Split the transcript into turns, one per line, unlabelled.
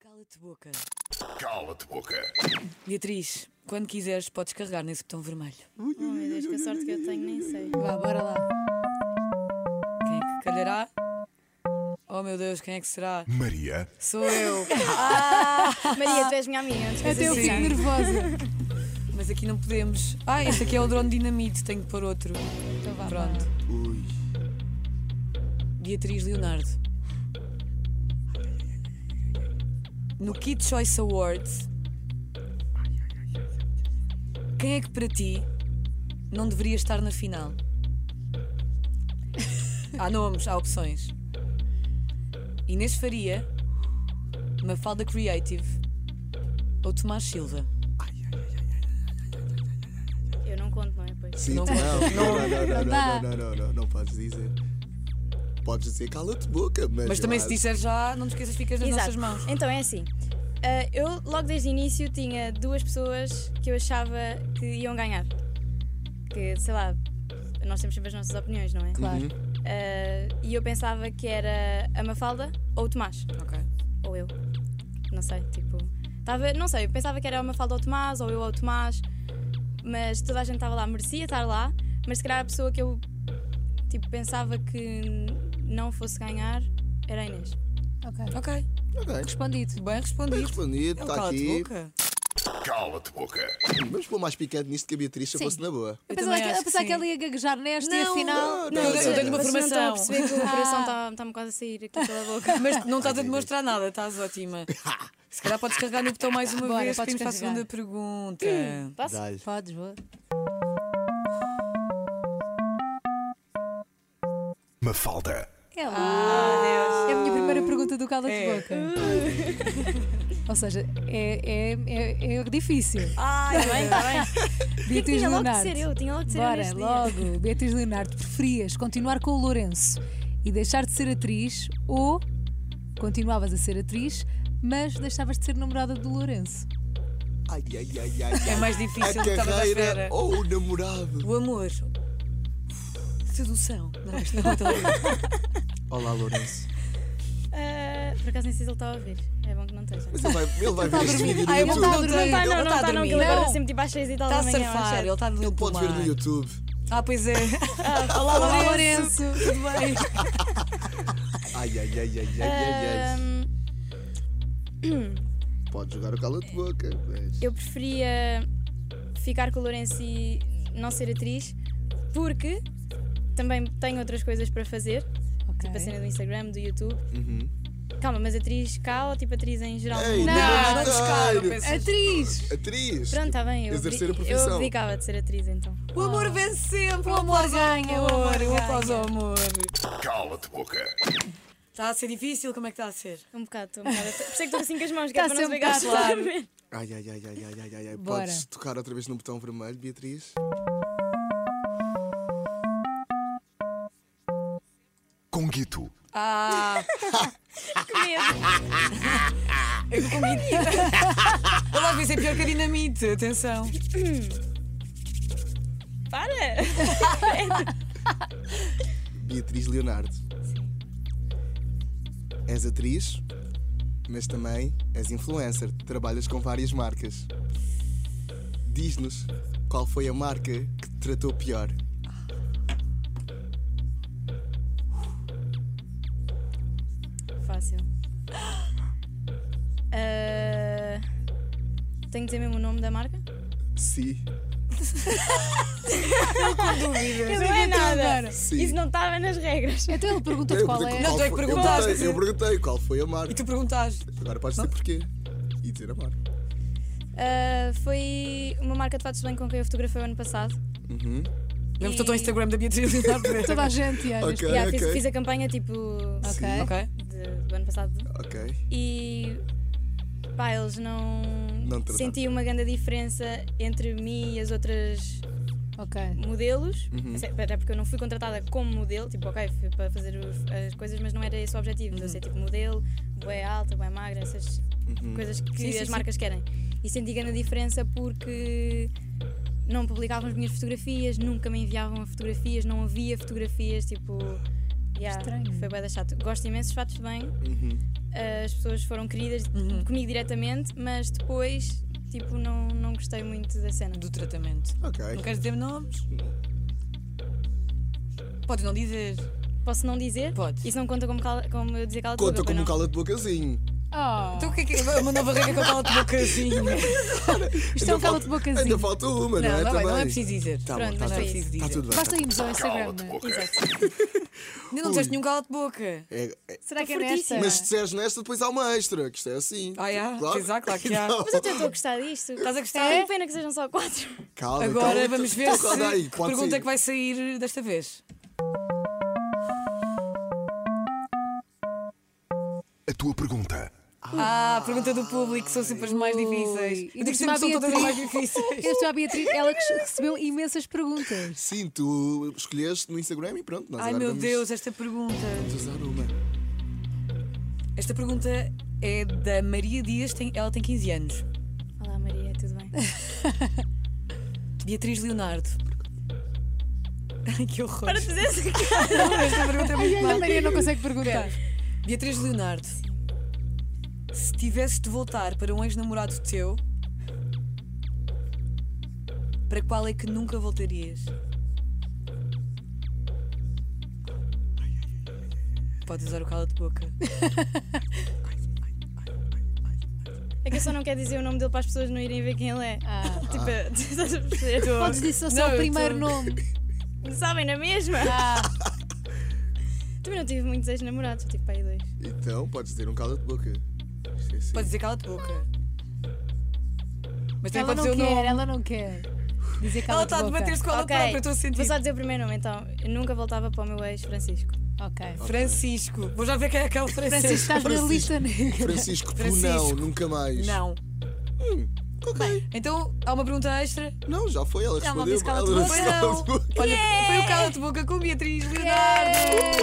Cala-te boca.
Cala-te boca.
Beatriz, quando quiseres, podes carregar nesse botão vermelho.
Oh, meu Deus, que sorte que eu tenho, nem sei.
Vá, bora lá. Quem é que calhará? Oh meu Deus, quem é que será?
Maria.
Sou eu.
Maria, tu és minha amiga, antes que
Até eu
seja
fico
minha.
nervosa. Mas aqui não podemos. Ah, este aqui é o drone dinamite, tenho que pôr outro.
Então vá,
Pronto. Beatriz Leonardo. No Kid Choice Awards, quem é que para ti não deveria estar na final? Há nomes, há opções. Inês Faria, Mafalda Creative ou Tomás Silva?
vá. Eu não conto, não é? Pois.
Sim,
Não
não,
gosto.
não, não, não, não,
dá.
não, não, não, não, não podes dizer. Podes dizer cala-te boca, mas.
Mas
eu
também se
acho-
disser já, não te esqueças, ficas nas nossas mãos.
Então é assim. Ah, eu logo desde o início tinha duas pessoas que eu achava que iam ganhar. Que, sei lá, nós temos sempre as nossas opiniões, não é?
Claro.
Ah, e eu pensava que era a Mafalda ou o Tomás.
Ok.
Ou eu. Não sei, tipo. Tava, não sei, eu pensava que era a Mafalda ou o Tomás, ou eu ou o Tomás. Mas toda a gente estava lá, merecia estar lá. Mas se calhar a pessoa que eu tipo, pensava que não fosse ganhar era a Inês.
Ok.
Ok.
Ok,
Respondido.
Bem
bem
respondido.
respondido,
É o
está
cala-te
aqui.
boca.
Cala-te boca.
Vamos pôr mais picante nisto que a Beatriz se eu
Sim.
fosse na boa.
Eu
Apesar
também
que,
acho
apesar que
sim.
ela ia gaguejar nesta e
Não,
afinal.
Não, eu
Não,
eu tenho uma
Vocês não estão a
formação.
perceber que o coração
Ah.
está- está-me quase a sair aqui pela boca.
Mas não estás a demonstrar nada, estás ótima. Se calhar podes carregar no botão mais uma
Bora,
vez para
podes
irmos para a
carregar.
segunda pergunta.
Posso?
Dá-lhe.
Podes, vou.
Mafalda.
É lá. É a minha primeira pergunta do Cala-te
É.
Boca. Ou seja, é, é, é, é difícil.
Ah, está bem, está bem.
Beatriz
tinha logo de
Leonardo.
ser eu, tinha logo de ser eu.
Bora,
neste dia.
logo. Beatriz Leonardo, preferias continuar com o Lourenço e deixar de ser atriz ou continuavas a ser atriz, mas deixavas de ser namorada do Lourenço?
Ai, ai, ai, ai.
É
ai.
mais difícil do
a
que estavas à espera.
carreira ou o namorado.
O amor. Sedução. Não, isto não estou a ver.
Olá, Lourenço.
Ah, por acaso nem sei se ele está a ouvir. É bom que não esteja.
Mas ele vai, ele vai ver
tá a
este
dormir.
vídeo no
Ai, eu vou
YouTube.
tá a
Não,
dormir.
não,
Ele
não,
está a
está não, que ele
dormir.
acorda
Não.
sempre tipo às 6 e tal
Está
da
tá a
manhã.
surfar, ele está no
Ele pode ver no YouTube.
Ah, pois é.
Ah, Olá,
Olá,
Lourenço.
Lourenço. Tudo bem?
Ai, ai, ai, ai,
Eh,
ai, ai, ai.
Ahm,
Pode jogar o cala-te boca. Mas...
Eu preferia ficar com o Lourenço e não ser atriz, porque também tenho outras coisas para fazer,
Ok.
tipo a cena do Instagram, do YouTube.
Uhum. É
Calma, mas atriz cá ou tipo atriz em geral?
Ei,
Não.
Não, não descaro.
Verdadeiro.
pensas.
Atriz!
Atriz.
Pronto, está bem, eu,
Exercer a
abdi- eu
profissão.
abdicava de ser atriz então.
O amor vence sempre. Ah. O amor ganha. O amor. O aplauso ao amor.
Cala-te boca.
Está a ser difícil? Como é que está a ser?
Um bocado, estou um bocado. Por isso é que estou assim com as mãos, que
Tá
é para não se ver
sempre
que eu estou a
claro.
tremer.
Ai, ai, ai, ai, ai, ai, ai, ai.
Bora.
Podes tocar outra vez no botão vermelho, Beatriz?
Conguito.
Ah,
Que medo.
eu com Olá, vez é pior que a dinamite. Atenção.
Para!
Beatriz Leonardo. És atriz, mas também és influencer. Trabalhas com várias marcas. Diz-nos qual foi a marca que te tratou pior.
Fácil. Ah, tenho que dizer mesmo o nome da marca?
Sim,
Não é nada!
sim.
Isso não estava nas regras.
Então ele perguntou-te
Eu
qual
perguntei-
é.
Não, tu é que
foi- eu
perguntaste.
perguntei- Eu perguntei qual foi a marca.
E tu perguntaste.
Agora podes dizer porquê. E dizer a marca.
Ah, foi uma marca de fatos de banho com quem eu fotografei o ano passado.
Uhum.
Vemos todo o Instagram da Beatriz
Tá
Leonardo.
Toda a gente, olha.
é. Ok,
Yeah, fiz,
ok.
fiz a campanha tipo
Ok.
Ok.
de- do ano passado
Ok.
e pá, eles não,
Não trataram.
senti uma grande diferença entre mim e as outras
Ok.
modelos,
Uhum.
Até- até porque eu não fui contratada como modelo, tipo, ok, fui para fazer os- as coisas, mas não era esse o objetivo, de
Uhum.
eu ser tipo modelo, bué alta, bué magra, essas
Uhum.
coisas que
Sim, sim,
as
sim.
marcas querem. E senti grande diferença porque não publicavam as minhas fotografias, nunca me enviavam fotografias, não havia fotografias, tipo. Yeah,
Estranho.
Foi bué da chato. Gosto imenso de fatos de banho,
Uhum.
as pessoas foram queridas comigo diretamente, mas depois, tipo, não, não gostei muito da cena.
do tratamento.
Ok.
Não queres dizer nomes? Podes não dizer.
Posso não dizer?
Podes.
Isso não conta como, cala- como eu dizer cala
Conta
boca,
como um
não?
cala de bocazinho.
Oh,
Então o que é que é uma nova regra que eu falo de assim. bocazinho?
isto é um
Ainda
cala de
falta- Ainda
bocazinho.
falta uma, não,
Não,
é?
não, é,
também.
não é preciso dizer.
Tá
Pronto,
bom, tá
mas
não é
foi
bem.
preciso
Tá
dizer.
tudo bem.
Basta irmos ao Instagram. é?
Cala-te boca.
Ainda não disseste nenhum cala de boca.
É- é-
Será que é
Fortíssima.
nesta?
mas se disseres nesta, depois há uma extra, que isto é assim.
Ah, é? Pois há, claro que há.
Então,
Mas eu até estou a gostar disto.
Estás a gostar?
Tenho pena que sejam só quatro.
Calma,
Agora
calma,
vamos ver
então,
se
calma aí,
que
pode
pergunta
ser.
que vai sair desta vez.
A tua pergunta.
Ah, a pergunta do público são sempre as mais difíceis.
E
Eu digo
disse-me
sempre
à
que são todas as mais
Beatriz.
difíceis.
Eu estou à Beatriz, ela que recebeu imensas perguntas.
Sim, tu escolheste no Instagram e pronto, nós
Ai
agora
meu
vamos
Deus, esta pergunta.
usar uma.
Esta pergunta é da Maria Dias, tem- ela tem 15 anos.
Olá Maria, tudo bem?
Beatriz Leonardo. Ai que horror.
Para fazer essa
Esta pergunta é muito
A
má.
Maria não consegue perguntar.
Beatriz Leonardo, se tivesses de voltar para um ex-namorado teu, para qual é que nunca voltarias? Podes usar o cala de boca.
É que eu só não quero dizer o nome dele para as pessoas não irem ver quem ele é.
Ah.
Tipo, estás a perceber?
Podes dizer só
Não,
o
eu
primeiro
tô-
nome.
Sabem, na mesma?
Ah,
Também não tive muitos ex-namorados, eu tive para aí dois.
Então, podes ter um cala de boca. Isto é assim.
Podes dizer cala de boca. Mas também
ela
pode
não
dizer o
quer,
nome.
ela não quer. Dizer
Tá
cala
Ela está a debater-se com ela
Ok,
própria, eu estou a
Vou
sentir.
só dizer o primeiro nome então. Eu nunca voltava para o meu ex Francisco.
Ok.
Francisco. Vou já ver quem é que é o francês.
Francisco, estás na
Francisco.
lista negra.
Francisco, tu
Francisco.
não, nunca mais.
Não.
Ok.
Então, há uma pergunta extra?
Não, já foi, ela
Ela não
respondeu.
disse cala de
ela
boca.
Foi
disse cala
é?
de
não.
boca.
Olha, foi o cala de boca com Beatriz Leonardo.
Yeah!